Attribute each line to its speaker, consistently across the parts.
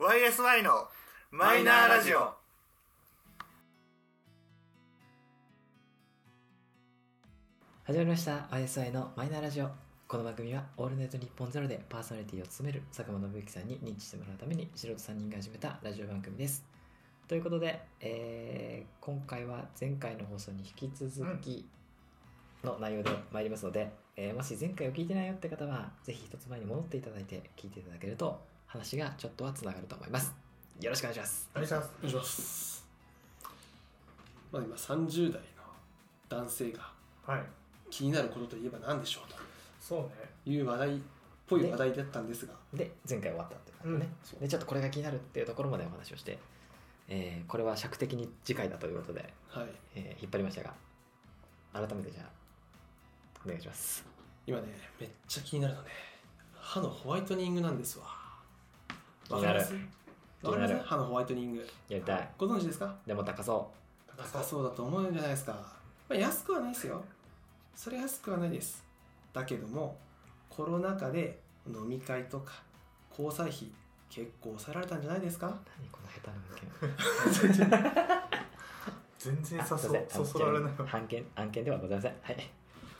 Speaker 1: YSY のマイナーラジオ
Speaker 2: 始まりました YSI のマイナーラジオこの番組は「オールナイトニッポンゼロでパーソナリティを務める佐久間信之さんに認知してもらうために素人3人が始めたラジオ番組ですということで、えー今回は前回の放送に引き続きの内容で参りますので、えーもし前回を聞いてないよって方はぜひ一つ前に戻っていただいて聞いていただけると話がちょっとはつながると思いますよろしくお願いします
Speaker 1: お願いします
Speaker 3: お願いしますまあ今30代の男性が
Speaker 1: はい
Speaker 3: 気になることといえば何でしょう
Speaker 1: そうね
Speaker 3: という話題っぽい話題だったんですが
Speaker 2: で前回終わったって感じだね、
Speaker 3: そう
Speaker 2: でちょっとこれが気になるっていうところまでお話をして、えーこれは尺的に次回だということで、
Speaker 3: はい
Speaker 2: えー引っ張りましたが改めてじゃあお願いします
Speaker 3: 今ねめっちゃ気になるのね歯のホワイトニングなんですわ
Speaker 2: 気になる
Speaker 3: わかりますわかりませ
Speaker 2: 気に
Speaker 3: ん
Speaker 2: なる
Speaker 3: 歯のホワイトニング
Speaker 2: やりたい
Speaker 3: ご存知ですか
Speaker 2: でも高そ
Speaker 3: 高そうだと思うんじゃないですか、まあ、安くはないですよそれ安くはないですだけどもコロナ禍で飲み会とか交際費結構抑えられたんじゃないですか
Speaker 2: う何この下手な
Speaker 1: 全然 さ
Speaker 2: 案
Speaker 1: そ
Speaker 2: 件すいません
Speaker 1: そそられない
Speaker 2: 案件案件案件ではございませんはい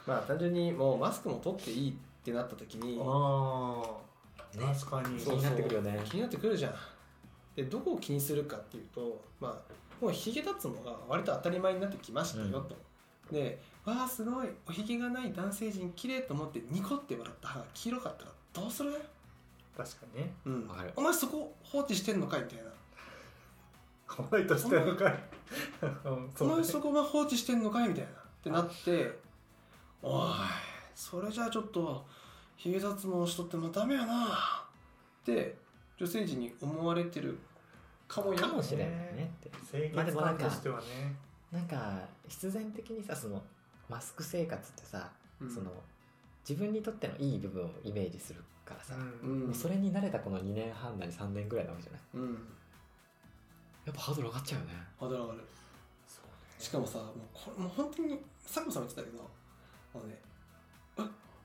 Speaker 3: まあ単純にもうマスクも取っていいってなった時に
Speaker 1: ああ確かに
Speaker 2: 気になってくるよね
Speaker 3: 気になってくるじゃんでどこを気にするかっていうとまあもうひげ立つのが割と当たり前になってきましたよと、でわあすごいおひげがない男性陣綺麗と思ってニコって笑った歯が黄色かったらどうする
Speaker 1: 確かにね
Speaker 3: うん
Speaker 2: わかる
Speaker 3: お前そこ放置してんのかいみたいな
Speaker 1: ホワイトしてるのかいうん
Speaker 3: お
Speaker 1: う
Speaker 3: 前
Speaker 1: ね
Speaker 3: そこは放置してんのかいみたいなってなっておいそれじゃあちょっとひげ脱毛しとってもダメやなって女性陣に思われてるかも
Speaker 2: か
Speaker 3: や
Speaker 2: もしれないねって
Speaker 1: 清
Speaker 2: まあで
Speaker 1: 潔
Speaker 2: もなん
Speaker 1: 感
Speaker 2: か
Speaker 1: としてはね、
Speaker 2: なんか必然的にさそのマスク生活ってさ、
Speaker 3: うん
Speaker 2: その自分にとってのいい部分をイメージするからさ、
Speaker 1: うん
Speaker 3: うん
Speaker 2: もうそれに慣れたこの2年半なり3年ぐらいなわけじゃない
Speaker 3: うん
Speaker 2: やっぱハードル上がっちゃうよね
Speaker 3: あだから
Speaker 1: そうね
Speaker 3: しかもさもうこれもう本当に佐久間さんも言ってたけどあのねえ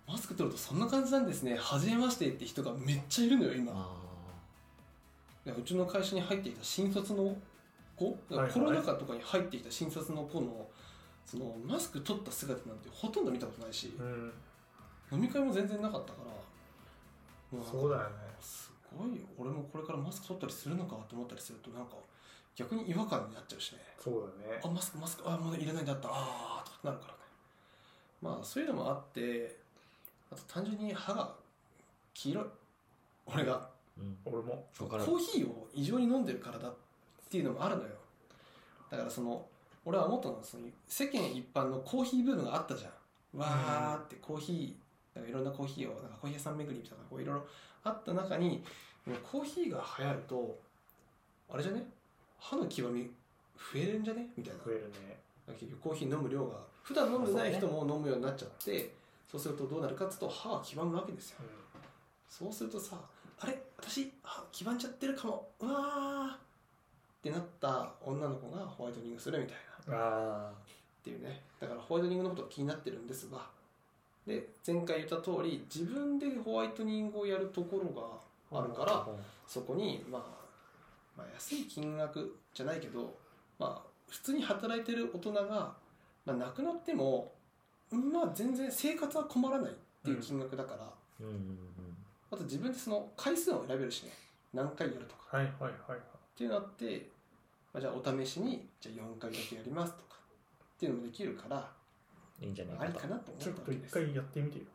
Speaker 3: マスク取るとそんな感じなんですねはじめましてって人がめっちゃいるのよ今
Speaker 2: あ
Speaker 3: いやうちの会社に入っていた新卒の子、
Speaker 1: はいはい
Speaker 3: コロナ禍とかに入っていた新卒の子のそのマスク取った姿なんてほとんど見たことないし、
Speaker 1: うん
Speaker 3: 飲み会も全然なかったからもなんか
Speaker 1: そうだよね
Speaker 3: すごいよ俺もこれからマスク取ったりするのかと思ったりするとなんか逆に違和感になっちゃうしね
Speaker 1: そうだね
Speaker 3: あマスクマスクあまだ入れないんだったあーとかなるからねまあそういうのもあってあと単純に歯が黄色い俺が
Speaker 2: ーうん
Speaker 1: 俺も
Speaker 2: わかる
Speaker 3: コーヒーを異常に飲んでるからだっていうのもあるのよだからその俺は思ったのはその世間一般のコーヒーブームがあったじゃんわーってコーヒーなんかいろんなコーヒーをなんかコーヒー屋さん巡りみたいなこういろいろあった中にコーヒーが流行るとあれじゃね歯の黄ばみ増えるんじゃねみたいな
Speaker 1: 増えるね
Speaker 3: 結局コーヒー飲む量が普段飲んでない人も飲むようになっちゃってそうするとどうなるかっつうと歯は黄ばむわけですよ
Speaker 1: う
Speaker 3: そうするとさ、あれ私、あ黄ばんじゃってるかも。うわーってなった女の子がホワイトニングするみたいな。っ
Speaker 1: んああ
Speaker 3: ていうね。だからホワイトニングのことが気になってるんですが。で、前回言った通り、自分でホワイトニングをやるところがあるから、そこに、まあ、まあ、安い金額じゃないけど、まあ、普通に働いてる大人が、まあ、なくなっても、まあ、全然生活は困らないっていう金額だから、
Speaker 2: うんうんうん
Speaker 3: あと自分でその回数を選べるしね何回やるとか
Speaker 1: はいはいはいはい
Speaker 3: っていうのあって、まあ、じゃあお試しにじゃあ4回だけやりますとかっていうのもできるから
Speaker 2: いいんじゃない
Speaker 3: あ
Speaker 2: か
Speaker 3: り
Speaker 2: と
Speaker 3: かなと思っ
Speaker 1: ちょった
Speaker 3: わ
Speaker 1: と
Speaker 3: け
Speaker 1: 一
Speaker 3: です
Speaker 1: 回やってみてよ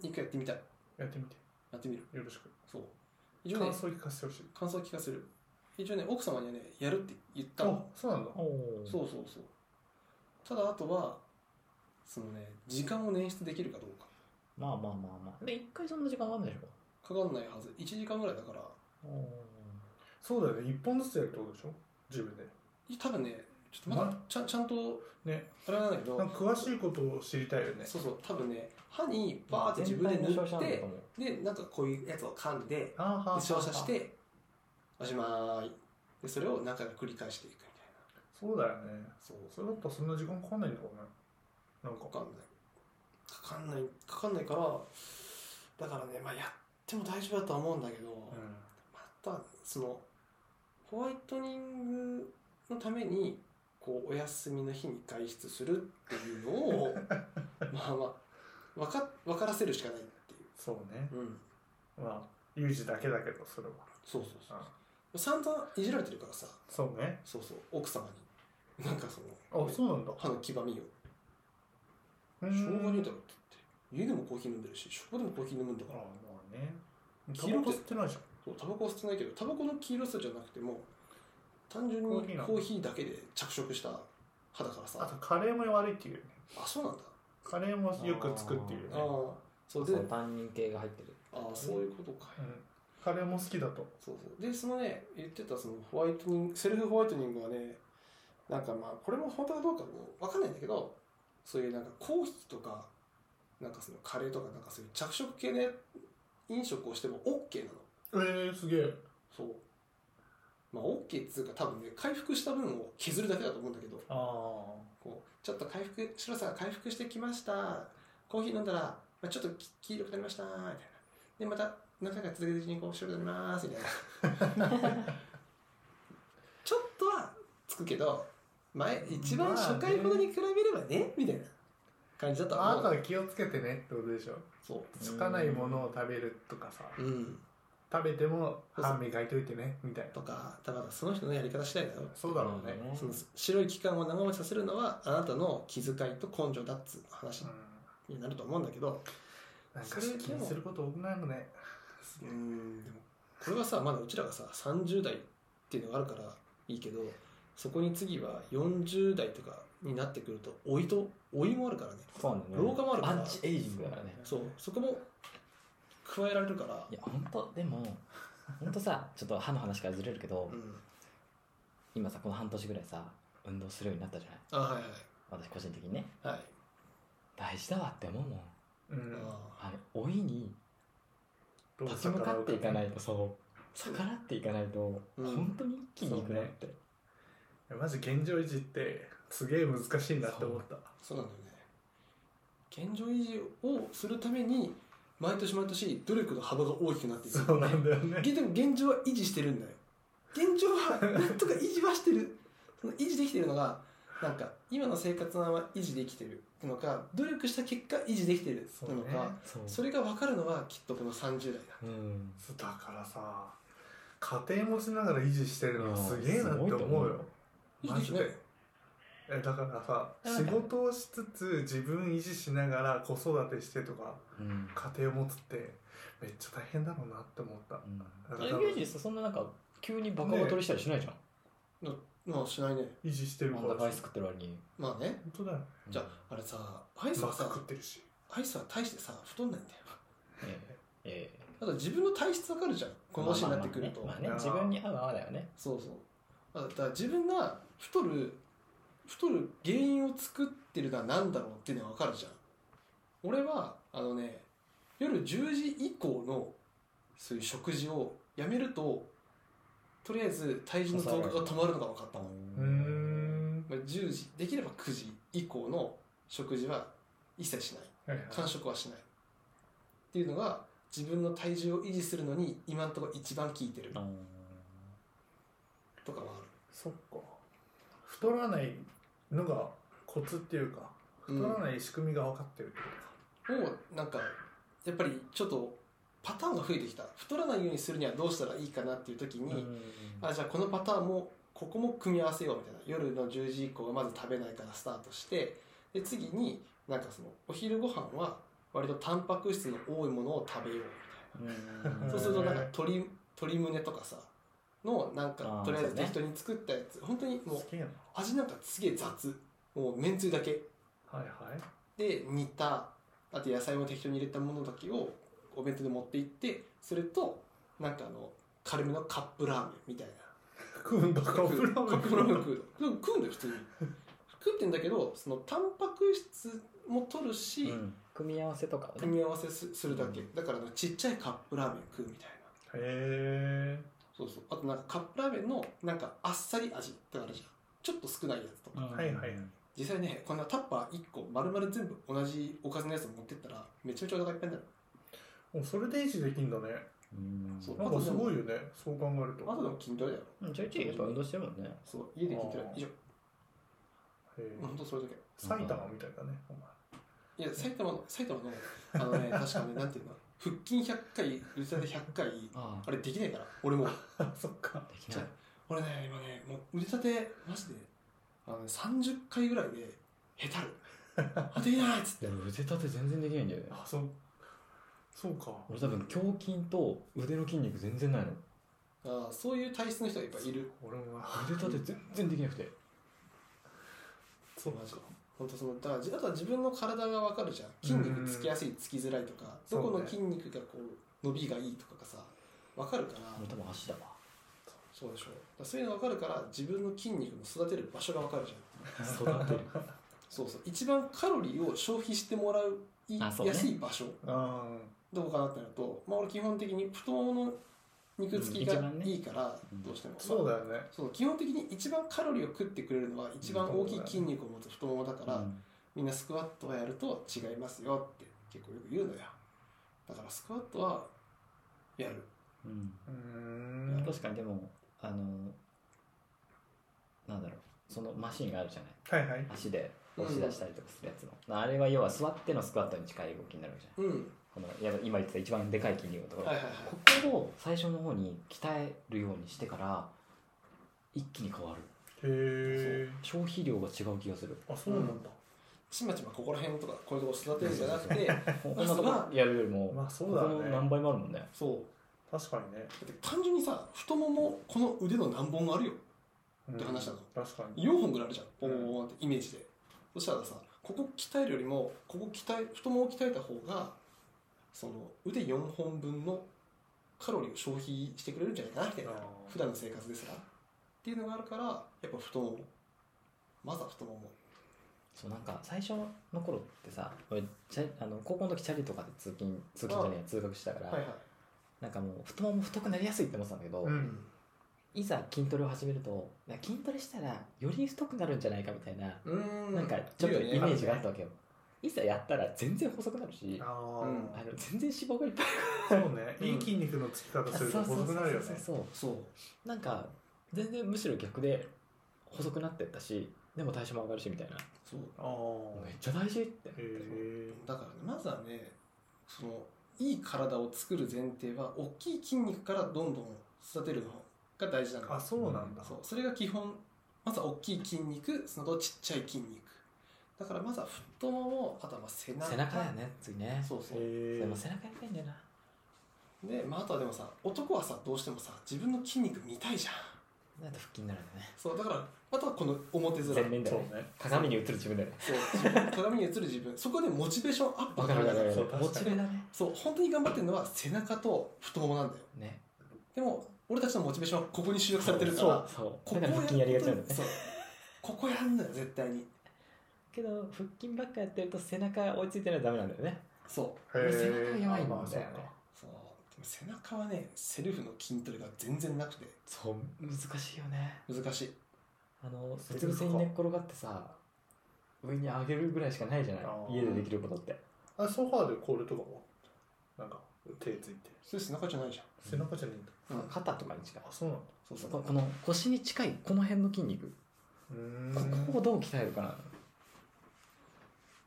Speaker 3: 一回やってみたい
Speaker 1: やってみて
Speaker 3: やってみる
Speaker 1: よろしく
Speaker 3: そう一応ね
Speaker 1: 感想聞かせてほしい
Speaker 3: 感想を聞かせる一応ね奥様にはねやるって言った
Speaker 1: あ
Speaker 3: の
Speaker 1: そうなんだ
Speaker 2: おお
Speaker 3: そうそうそうただあとはそのね時間を捻出できるかどうか
Speaker 2: まあまあまあまあで一回そんな時間はあるんでし
Speaker 3: かかんないはず1時間ぐらいだから
Speaker 2: ょおお
Speaker 1: そうだよね一本ずつやるってことでしょ自分で
Speaker 3: 多分ねちょっとまだちゃんちゃんと
Speaker 1: ね
Speaker 3: あれなんだけど
Speaker 1: なんか詳しいことを知りたいよね
Speaker 3: そうそう多分ね歯にバーって自分で塗ってでなんかこういうやつを噛んでで
Speaker 1: あーはーはー
Speaker 3: 照射しておしまーいでそれを何回か繰り返していくみたいな
Speaker 1: そうだよね
Speaker 3: そう
Speaker 1: それだったらそんな時間かかんないんだろうねなんか
Speaker 3: かかんないかかんないかかんないからだからねまあやっても大丈夫だとは思うんだけど、
Speaker 1: うん
Speaker 3: まあ、ったそのホワイトニングのためにこうお休みの日に外出するっていうの をまあまあ分か分からせるしかないってい
Speaker 1: そうね
Speaker 3: う、うん、
Speaker 1: まあユージだけだけどそれは
Speaker 3: そうそうそう
Speaker 1: うん
Speaker 3: 散々いじられてるからさ
Speaker 1: そうね
Speaker 3: そうそう奥様になんかその
Speaker 1: あそうなんだ
Speaker 3: 歯の黄ばみを
Speaker 1: う
Speaker 3: しょうがねえ
Speaker 1: ん
Speaker 3: だろって言って家でもコーヒー飲んでるし職場でもコーヒー飲むんだ
Speaker 1: あ
Speaker 3: か
Speaker 1: あ
Speaker 3: ら
Speaker 1: まあね黄色く吸ってないじゃん
Speaker 3: そうタバコは捨てないけどタバコの黄色さじゃなくても単純に
Speaker 1: コ
Speaker 3: コ
Speaker 1: ーヒーなの
Speaker 3: ーヒーだけで着色した肌からさ
Speaker 1: あとカレーも悪いっていうよね
Speaker 3: あそうなんだ
Speaker 1: カレーもよく作っていうよ
Speaker 3: あ
Speaker 1: ね、
Speaker 3: あそうで
Speaker 4: そう担任系が入ってる
Speaker 3: ああそういうことか
Speaker 1: うん、カレーも好きだと
Speaker 3: そうそうでそのね言ってたそのホワイトニングセルフホワイトニングはねなんかまあこれも本当かどうかも分かんないんだけどそういうなんかコーヒーとかなんかそのカレーとかなんかそういう着色系で飲食をしても OK なの
Speaker 1: えー、すげえ
Speaker 3: そうまあ OK っつうか多分ね回復した分を削るだけだと思うんだけど
Speaker 1: あ
Speaker 3: こうちょっと回復白さが回復してきましたコーヒー飲んだら、まあ、ちょっとき黄色くなりましたみたいなでまた何回か続けてるうちにこう白くなりますみたいなちょっとはつくけど前一番初回ほどに比べればね,、みたいな感じだと
Speaker 1: あな
Speaker 3: 思
Speaker 1: た
Speaker 3: う
Speaker 1: は気をつけてねってことでしょ
Speaker 3: そ
Speaker 1: つかないものを食べるとかさ
Speaker 3: ううん
Speaker 1: 食べても歯磨いといてねみたいな
Speaker 3: とかただその人のやり方次第だよ
Speaker 1: そうだろうね、
Speaker 3: その白い期間を長持ちさせるのはあなたの気遣いと根性だっつう話
Speaker 1: うん
Speaker 3: になると思うんだけど、
Speaker 1: なん
Speaker 3: そ
Speaker 1: か
Speaker 3: れでも
Speaker 1: 気にすること多くないのねす
Speaker 3: う
Speaker 1: げえ
Speaker 3: んでもこれはさまだうちらがさ30代っていうのがあるからいいけどそこに次は40代とかになってくると老いと老いもあるからね
Speaker 4: そうなんだよね
Speaker 3: 老化もあるから
Speaker 4: アンチエイジングだからね
Speaker 3: そうそこも加えられるから
Speaker 4: いや本当でも本当さちょっと歯の話からずれるけど、
Speaker 3: うん
Speaker 4: 今さこの半年ぐらいさ運動するようになったじゃない
Speaker 3: あはい
Speaker 4: 私個人的にね
Speaker 3: はいはい
Speaker 4: 大事だわって思うもん
Speaker 1: うん
Speaker 3: あ
Speaker 4: あの老いに
Speaker 1: どう
Speaker 4: 立ち向かっていかないとそう
Speaker 3: そう
Speaker 4: 逆らっていかないと、
Speaker 3: うん
Speaker 4: 本当に一気にいくなって、
Speaker 1: いやマジ現状維持ってすげえ難しいなって思った
Speaker 3: そうなんだよね現状維持をするために毎年毎年努力の幅が大きくなっていく
Speaker 1: そうなんだよね
Speaker 3: でも現状は維持してるんだよ現状はなんとか維持はしてるその維持できてるのがなんか今の生活のまま維持できてるのか努力した結果維持できてる
Speaker 1: そう
Speaker 3: なの
Speaker 1: ね
Speaker 3: か
Speaker 4: そう
Speaker 3: そ,、れが分かるのはきっとこの30代だ
Speaker 4: うん
Speaker 1: そうだからさ家庭持ちながら維持してるのはすげえなって
Speaker 4: いやすごいと思
Speaker 1: 思
Speaker 4: う
Speaker 1: う
Speaker 4: よ
Speaker 1: よマジ
Speaker 3: 維持
Speaker 1: で
Speaker 3: ね
Speaker 1: えだからさ仕事をしつつ自分維持しながら子育てしてとか
Speaker 4: うん
Speaker 1: 家庭を持つってめっちゃ大変だろうなって思っただから多分
Speaker 4: ユージさそんななんか急にバカ太りしたりしないじゃん、
Speaker 3: まあしないね
Speaker 1: 維持して
Speaker 4: あ
Speaker 1: るか
Speaker 4: んな
Speaker 1: ら
Speaker 4: 外食ってる割に、
Speaker 3: まあね
Speaker 1: 本当だよ
Speaker 3: じゃああれさアイス
Speaker 1: マ
Speaker 3: は
Speaker 1: スク
Speaker 3: さ
Speaker 1: 食ってるし
Speaker 3: アイスは大してさ太んないんだよ
Speaker 4: ええええ
Speaker 3: あと自分の体質分かるじゃんこの年になってくると、
Speaker 4: まあまあまあね,、まあね自分に合う合わないよね
Speaker 3: そうそうあだから自分が太る太る原因を作ってるのは何だろうっていうのは分かるじゃん俺はあのね夜10時以降のそういう食事をやめるととりあえず体重の増加が止まるのが分かったの、
Speaker 1: うーん
Speaker 3: まあ、10時できれば9時以降の食事は一切し
Speaker 1: は
Speaker 3: ない
Speaker 1: いはい
Speaker 3: 完食はしないっていうのが自分の体重を維持するのに今のところ一番効いてる
Speaker 4: あー
Speaker 3: とかはある
Speaker 1: そっか太らないのがコツっていうか太らない仕組みが分かってるってことか、
Speaker 3: もうなんかやっぱりちょっとパターンが増えてきた太らないようにするにはどうしたらいいかなっていう時に、あじゃあこのパターンもここも組み合わせようみたいな夜の10時以降はまず食べないからスタートしてで次になんかそのお昼ご飯は割とタンパク質の多いものを食べようみ
Speaker 4: う
Speaker 3: たい
Speaker 4: ん
Speaker 3: なそうするとなんか鶏鶏胸とかさのなんか
Speaker 4: あー
Speaker 3: とりあえず
Speaker 4: そうね
Speaker 3: 適当に作ったやつ、本当にもう
Speaker 1: 好きなの
Speaker 3: 味なんかすげえ雑もうめんつゆだけ
Speaker 1: はいはい
Speaker 3: で煮たあと野菜も適当に入れたものだけをお弁当で持って行ってそれとなんかあの軽めのカップラーメンみたいな
Speaker 1: 食うんだカップラーメン
Speaker 3: カップラーメン食うのでも食うんだよ普通に食ってんだけどそのタンパク質も取るし、
Speaker 4: うん組み合わせとかをね
Speaker 3: 組み合わせすするだけ
Speaker 4: う
Speaker 3: だからあのちっちゃいカップラーメン食うみたいな
Speaker 1: へ
Speaker 3: そうそうあとなんかカップラーメンのなんかあっさり味ってあるじゃんちょっと少ないやつとか、
Speaker 1: はいはいはい
Speaker 3: 実際ねこんなタッパー1個丸々全部同じおかずのやつを持ってったらめちゃめちゃお腹いっぱいになる
Speaker 1: えもうそれで維持できんだね
Speaker 4: うん
Speaker 3: そう
Speaker 1: なんかすごいよねそう考える
Speaker 3: あと
Speaker 1: と
Speaker 3: でも筋トレだよ
Speaker 2: うんちょいちょいやっぱ運動してるもんね。
Speaker 3: そう家で筋トレ
Speaker 1: あー
Speaker 3: 以上
Speaker 1: へえ
Speaker 3: 本当それだけ
Speaker 1: 埼玉みたいだねお前
Speaker 3: いや埼玉の埼玉のあのね確かねなんていうの腹筋100回腕立て100回
Speaker 4: あ
Speaker 3: あれできないから俺もう
Speaker 1: あそっか
Speaker 4: あできない
Speaker 3: 俺ね今ねもう腕立てマジであの、ね、30回ぐらいでへたるあできないっつって
Speaker 2: でも腕立て全然できないんだよね。
Speaker 1: あそうそうか
Speaker 2: 俺多分胸筋と腕の筋肉全然ないの。
Speaker 3: あーそういう体質の人がやっぱいる
Speaker 1: 俺もな
Speaker 2: 腕立て全然できなくて。
Speaker 1: そうか
Speaker 3: 本当そのだからじあとは自分の体がわかるじゃん筋肉つきやすいつきづらいとか
Speaker 1: そ
Speaker 3: ど
Speaker 1: うね
Speaker 3: この筋肉がこう伸びがいいとかがさわかるから
Speaker 2: 俺多分足だわ。
Speaker 3: そうでしょだからそういうのわかるから自分の筋肉の育てる場所がわかるじゃん
Speaker 2: 育てる。
Speaker 3: そうそう一番カロリーを消費してもらうい
Speaker 4: あそうね
Speaker 3: 安い場所
Speaker 1: あ
Speaker 3: どこかなってなると、まあ、俺基本的に太ももの肉付きが
Speaker 4: うん一番ね
Speaker 3: いいから、
Speaker 2: うん
Speaker 3: どうしても、
Speaker 1: ーそうだよね
Speaker 3: そう基本的に一番カロリーを食ってくれるのは一番大きい筋肉を持つ太ももだから、
Speaker 2: うん
Speaker 3: みんなスクワットはやると違いますよって結構よく言うのよだからスクワットはやる
Speaker 2: うん。
Speaker 1: うーん
Speaker 2: 確かにでもあのなんだろうそのマシンがあるじゃない
Speaker 1: はいはい
Speaker 2: 足で押し出したりとかするやつの、あれは要は座ってのスクワットに近い動きになるじゃん
Speaker 3: うん
Speaker 2: このや今言ってた一番でかい筋肉のところ、
Speaker 3: はいはいはい
Speaker 2: ここを最初の方に鍛えるようにしてから一気に変わる
Speaker 1: へえ
Speaker 2: 消費量が違う気がする
Speaker 1: あそうなんだ
Speaker 3: ちまちまここら辺とかこういうとこ育てるんじゃなくて
Speaker 2: こんなとこやるよりも、
Speaker 1: まあそう
Speaker 2: こ
Speaker 1: だ
Speaker 2: こ
Speaker 1: よ
Speaker 2: の何
Speaker 1: ね
Speaker 2: 倍もあるもんね
Speaker 3: そう
Speaker 1: 確かにね
Speaker 3: だって単純にさ太ももこの腕の何本あるよ
Speaker 1: うん
Speaker 3: って話だと
Speaker 1: 確かに
Speaker 3: 4本ぐらいあるじゃんボンボンボンってイメージでそしたらさここ鍛えるよりもここ鍛え太ももを鍛えた方がその腕4本分のカロリーを消費してくれるんじゃないかなみたいな
Speaker 1: あー
Speaker 3: 普段の生活ですらっていうのがあるからやっぱ太ももまずは太もも
Speaker 2: そうなんか最初の頃ってさ俺チャリあの高校の時チャリとかで通勤通勤じゃねえや通学してたから、
Speaker 3: はいはい
Speaker 2: なんかもう太もも太くなりやすいって思ってたんだけど、
Speaker 1: うん
Speaker 2: いざ筋トレを始めるとなんか筋トレしたらより太くなるんじゃないかみたいな、
Speaker 3: うーん
Speaker 2: なんかちょっとイメージがあったわけよ、いざやったら全然細くなるし
Speaker 1: あ
Speaker 2: あ
Speaker 1: あ、
Speaker 3: うん
Speaker 2: の全然脂肪がいっぱい
Speaker 1: そうね
Speaker 3: うん
Speaker 1: いい筋肉のつき方すると細くなるよね
Speaker 2: そう
Speaker 3: そう
Speaker 2: なんか全然むしろ逆で細くなってったしでも代謝も上がるしみたいな
Speaker 3: そう
Speaker 1: ああ
Speaker 2: めっちゃ大事って
Speaker 1: へえ
Speaker 3: だからねまずはねそのいい体を作る前提は大きい筋肉からどんどん育てるのが大事なの
Speaker 1: あそうなんだ
Speaker 3: そうそれが基本まずは大きい筋肉その後ちっちゃい筋肉だからまずは太ももあとはまあ背中
Speaker 4: 背中だよね次ね
Speaker 3: そうそう、
Speaker 1: へ
Speaker 4: で
Speaker 1: え
Speaker 4: も背中やりたいんだよな
Speaker 3: で、まあ、あとはでもさ男はさどうしてもさ自分の筋肉見たいじゃん
Speaker 4: なんと腹筋になるんだね
Speaker 3: そうだからあとはこの表面
Speaker 2: 前面だ
Speaker 1: そう
Speaker 2: よね
Speaker 1: ね
Speaker 2: 鏡に映る自分だよね
Speaker 3: そう自分鏡に映る自分そこでモチベーションアップ
Speaker 2: わかるわかる
Speaker 1: そ
Speaker 2: わ
Speaker 1: う
Speaker 2: かる
Speaker 1: 確
Speaker 2: モ
Speaker 1: かに
Speaker 2: チベだね
Speaker 3: そう本当に頑張ってるのは背中と太ももなんだよ
Speaker 4: ね
Speaker 3: でも俺たちのモチベーションはここに集約されてるから
Speaker 2: そう
Speaker 3: こ
Speaker 2: だ
Speaker 3: こ
Speaker 2: から腹筋やりがちなんだね
Speaker 3: そうここやんのよ絶対に
Speaker 4: けど腹筋ばっかやってると背中追いついてないとダメなんだよね
Speaker 3: そう
Speaker 1: へえ
Speaker 4: 背中が弱いんだよね
Speaker 1: あそうか
Speaker 3: そうでも背中はねセルフの筋トレが全然なくて
Speaker 4: そう難しいよね
Speaker 3: 難しい
Speaker 4: あのう
Speaker 1: そう
Speaker 4: つ伏せに寝っ転がってさ
Speaker 2: 上に上げるぐらいしかないじゃない
Speaker 1: あー
Speaker 2: 家でできることって
Speaker 1: あソファーでコールとかもなんか手ついて
Speaker 3: それ背中じゃないじゃん
Speaker 1: 背中じゃねえんだ
Speaker 3: うん
Speaker 2: 肩とかに近い
Speaker 1: あそうなんだ
Speaker 3: そうそう
Speaker 2: ここの腰に近いこの辺の筋肉
Speaker 1: うーん
Speaker 2: ここをどう鍛えるかな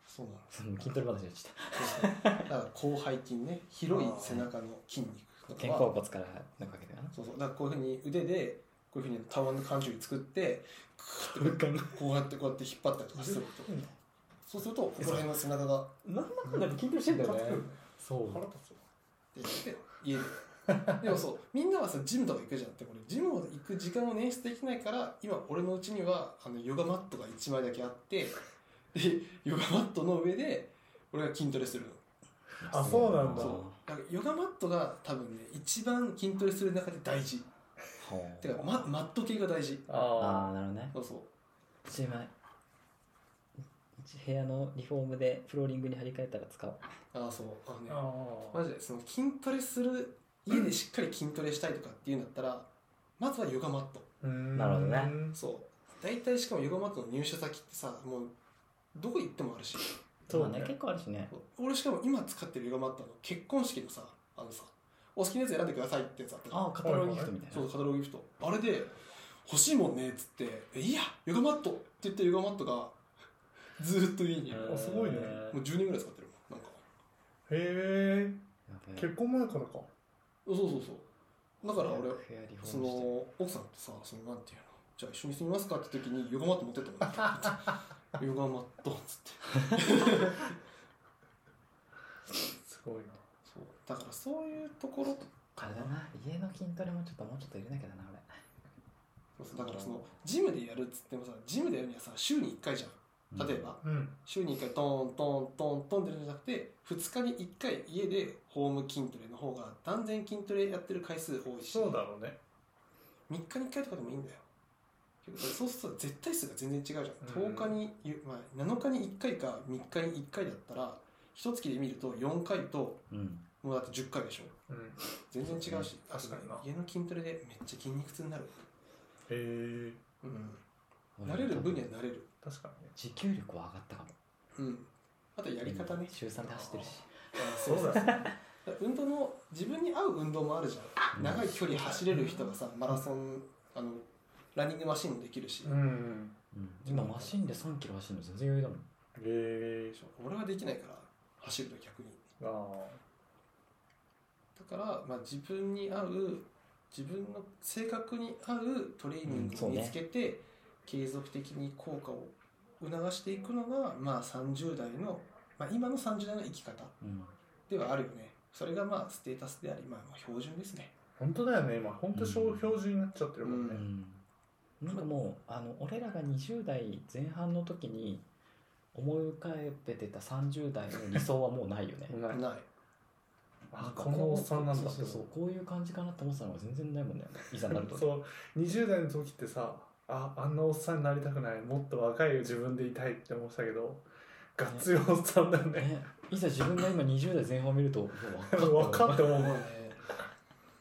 Speaker 3: そうなの
Speaker 2: その筋トレ話になっちゃっ
Speaker 3: そうそうだから広背筋ね広い背中の筋肉と
Speaker 2: た
Speaker 3: か
Speaker 2: 肩
Speaker 3: は
Speaker 2: 甲骨からなんかけてな
Speaker 3: そうそうだからこういうふうに腕でこういうふうにタワーの感じを作ってクーッてこうやってこうやって引っ張ったりとかするとそうするとここら辺の背中が
Speaker 2: なんだかんだで筋トレしてんだよね
Speaker 1: 腹立
Speaker 2: そう
Speaker 1: つわ
Speaker 3: で家ででもそうみんなはさジムとか行くじゃんって俺ジムを行く時間を捻出できないから今俺のうちにはあのヨガマットが1枚だけあってでヨガマットの上で俺が筋トレするの
Speaker 1: あそうなんだ
Speaker 3: そうだからヨガマットが多分ね一番筋トレする中で大事
Speaker 2: ほう
Speaker 3: てか、ママット系が大事
Speaker 1: あ
Speaker 2: ああなるほどね
Speaker 3: そうそう
Speaker 4: うち今うち部屋のリフォームでフローリングに張り替えたら使おう
Speaker 3: ああそうあの
Speaker 1: ああ
Speaker 3: ねマジでその筋トレする家でしっかり筋トレしたいとかっていうんだったらまずはヨガマット
Speaker 1: うーん
Speaker 4: なるほどね
Speaker 3: そう大体しかもヨガマットの入手先ってさもうどこ行ってもあるし
Speaker 1: そう
Speaker 4: まあね
Speaker 1: ね
Speaker 4: 結構あるしね
Speaker 3: 俺しかも今使ってるヨガマットはあの結婚式のさあのさお好きなやつ選んでくださいってやつあったじゃん
Speaker 2: ああカタログギフトみたいな
Speaker 3: そうカタログギフトあれで欲しいもんねっつって「えいいやヨガマット!」って言ってヨガマットがずーっと家にいるも
Speaker 1: あすごいね
Speaker 3: う10年ぐらい使ってるもんなんか
Speaker 1: へえ
Speaker 2: やばい
Speaker 1: 結婚前からか
Speaker 3: そうそうそうだから俺
Speaker 2: 部屋リフォームして
Speaker 3: その奥さんとさそのなんていうのじゃあ一緒に住みますかって時にヨガマット持ってった もんヨガマットっつって
Speaker 1: すごいな
Speaker 3: そうだからそういうところと
Speaker 2: あれだな家の筋トレもちょっともうちょっと入れなきゃだな俺
Speaker 3: だからそのジムでやるっつってもさジムでやるにはさ週に1回じゃん例えば、
Speaker 1: うん
Speaker 3: 週に1回トントントントンってやるんじゃなくて2日に1回家でホーム筋トレの方が断然筋トレやってる回数多いし
Speaker 1: そうだろうね
Speaker 3: 3日に1回とかでもいいんだよけどそうすると絶対数が全然違うじゃん、
Speaker 1: うん
Speaker 3: 10日に、まあ、7日に1回か3日に1回だったら一月で見ると4回と
Speaker 2: うん
Speaker 3: もうだって10回でしょ
Speaker 1: うん
Speaker 3: 全然違うし
Speaker 1: 確かにな
Speaker 3: あと家の筋トレでめっちゃ筋肉痛になる、
Speaker 1: へえ
Speaker 3: うん、慣れる分には慣れる
Speaker 1: 確かにね
Speaker 2: 持久力は上がったかも
Speaker 3: うんあとやり方ね
Speaker 2: 週3で走ってるし
Speaker 3: あ
Speaker 1: そうだね
Speaker 3: 運動の自分に合う運動もあるじゃん長い距離走れる人がさマラソンあのランニングマシンもできるし、
Speaker 1: うん
Speaker 2: うん今マシンで3キロ走るの全然余裕だもん
Speaker 1: へえ
Speaker 3: 俺はできないから走ると逆に
Speaker 1: ああ
Speaker 3: だから、まあ、自分に合う自分の性格に合うトレーニン
Speaker 2: うん
Speaker 3: グ
Speaker 2: そ
Speaker 3: を
Speaker 2: うね
Speaker 3: 見つけて、継続的に効果を促していくのが、まあ、30代の、まあ、今の30代の生き方
Speaker 2: うん
Speaker 3: ではあるよねそれがまあステータスであり、まあ、まあ標準ですね
Speaker 1: 本当だよね今本当標準になっちゃってるもん
Speaker 3: う
Speaker 1: ね、
Speaker 2: なんかもうあの俺らが20代前半の時に思い浮かべてた30代の理想はもうないよね
Speaker 1: ない
Speaker 3: ない
Speaker 1: あこのおっさんなんだって
Speaker 2: そうそうそうこういう感じかなって思ってたのが全然ないもんねいざなると う
Speaker 1: そう20代の時ってさああんなおっさんになりたくないもっと若い自分でいたいって思ってたけどがっつりおっさんだよね
Speaker 2: ねいざ自分が今20代前半を見るともう
Speaker 1: 分か
Speaker 2: っ
Speaker 1: って思
Speaker 3: もう
Speaker 1: う
Speaker 3: ね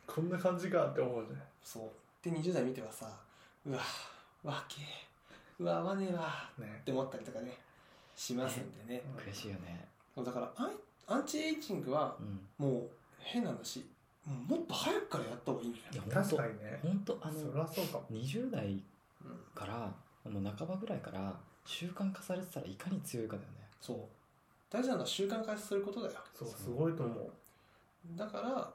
Speaker 1: こんな感じかって思うね
Speaker 3: そうで20代見てはさうわわけうわ合わねえわ
Speaker 1: ね
Speaker 3: って思ったりとかねしますんでね
Speaker 2: た悔しいよね
Speaker 3: だからアイアンチエイジングは
Speaker 2: うん
Speaker 3: もう変なんだしもうもっと早くからやった方がいいんだよ
Speaker 2: いや本
Speaker 1: 確
Speaker 2: 当
Speaker 1: かにね
Speaker 2: 本当あ
Speaker 1: そ
Speaker 2: の
Speaker 1: りゃそうかも
Speaker 2: 20代からもう半ばぐらいから習慣化されてたらいかに強いかだよね
Speaker 3: そう大事なのは習慣化することだよ
Speaker 1: そうすごいと思う
Speaker 3: だから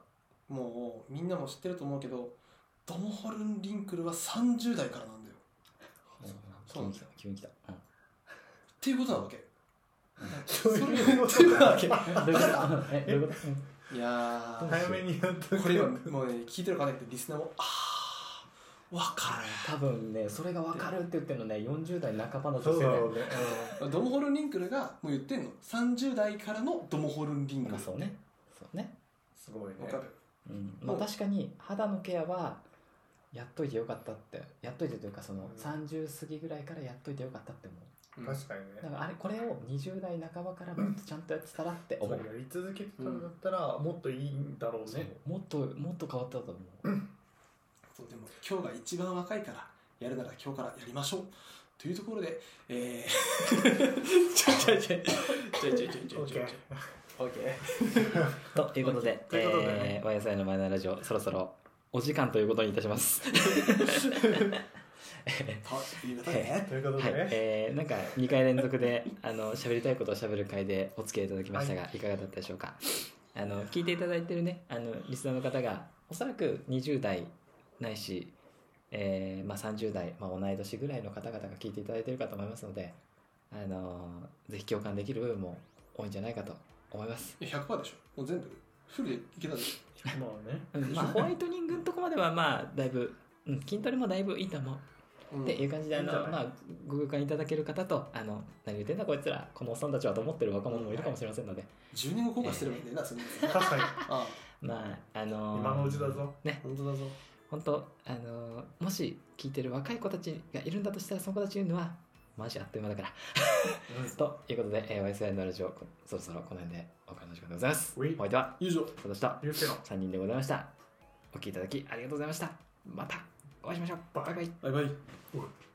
Speaker 3: もうみんなも知ってると思うけどドモホルン・リンクルは30代からなんだよそう
Speaker 2: 急
Speaker 3: なん
Speaker 2: に
Speaker 3: だ
Speaker 2: 来
Speaker 3: よ
Speaker 2: た急に来た、うん
Speaker 3: っていうことなわけ
Speaker 1: そ
Speaker 3: そうれ
Speaker 1: いうこ
Speaker 3: っていうわけ い
Speaker 2: どういうこと えどういうこと
Speaker 3: や
Speaker 1: と
Speaker 3: ー
Speaker 1: 早めにやっと
Speaker 3: これ今もうね聞いてる方ってリスナーもああわか
Speaker 2: 多分ねそれが分かるって言ってるのね40代半ばの
Speaker 1: そ
Speaker 2: 女
Speaker 1: う
Speaker 2: 性
Speaker 1: だ
Speaker 2: ね
Speaker 1: ろうね
Speaker 3: るドモホルンリンクルがもう言ってんの30代からのドモホルンリンクル
Speaker 2: まあそうねそうね、
Speaker 1: すごいね
Speaker 3: わかる
Speaker 2: うんまあ、
Speaker 3: もう
Speaker 2: 確かに肌のケアはやっといてよかったってやっといてというかその
Speaker 1: うん
Speaker 2: 30過ぎぐらいからやっといてよかったって思
Speaker 3: うん
Speaker 1: 確かに
Speaker 2: うだ
Speaker 1: ね
Speaker 2: からあれこれを20代半ばからもっとちゃんとやってたらって
Speaker 1: そ
Speaker 2: 思
Speaker 1: れ
Speaker 2: う
Speaker 1: やり続けてたんだったらもっといいんだろう
Speaker 2: そう
Speaker 1: ね
Speaker 2: もっともっと変わったと思う、
Speaker 3: そうでも今日が一番若いからやるなら今日からやりましょうというところで えーちょいちょいちょいちょいちょいちょいちょいちょい
Speaker 1: OK
Speaker 3: オッケー
Speaker 2: ということで
Speaker 1: ということでね
Speaker 2: えー、YSI のマイナーラジオそろそろお時間ということにいたし ます
Speaker 3: ということでね
Speaker 1: ということ
Speaker 2: は
Speaker 1: で
Speaker 2: い、
Speaker 1: ね
Speaker 2: えー、なんか2回連続で あの喋りたいことを喋る回でお付き合いいただきましたが、い、かがだったでしょうかあの聞いていただいてるねあのリスナーの方がおそらく20代ないし、えーまあ、30代、まあ、同い年ぐらいの方々が聞いていただいてるかと思いますのであのぜひ共感できる部分も多いんじゃないかと思います、
Speaker 3: いや100%でしょもう全部フルでいけたでし
Speaker 1: まあね
Speaker 2: うんまあ、ホワイトニングのとこまではまあだいぶ、うん、筋トレもだいぶいいと思う
Speaker 3: ょ、うん
Speaker 2: っていう感じであ
Speaker 1: いいん
Speaker 2: の
Speaker 1: じゃない
Speaker 2: まあごご感いただける方とあの何言ってんだこいつらこのおっさんたちはと思ってる若者もいるかもしれませんので、
Speaker 3: 10年後後悔してればいいんだよなそ れ
Speaker 1: 確か に
Speaker 3: ああ
Speaker 2: まああのー
Speaker 1: 今のうちだぞ
Speaker 2: ね
Speaker 3: 本当だぞ
Speaker 2: 本当あのーもし聞いてる若い子たちがいるんだとしたらその子たち言うのはマジあっという間だから ということで、えー、YSI のラジオそろそろこの辺でお別れの時間でございます
Speaker 1: うい
Speaker 2: お相手は
Speaker 3: 以上
Speaker 2: 佐藤と
Speaker 1: ゆうすけの
Speaker 2: 3人でございましたお聞きいただきありがとうございましたまたお会いしましょう
Speaker 1: バイ
Speaker 2: バイバイ
Speaker 3: バイバイ
Speaker 1: うわ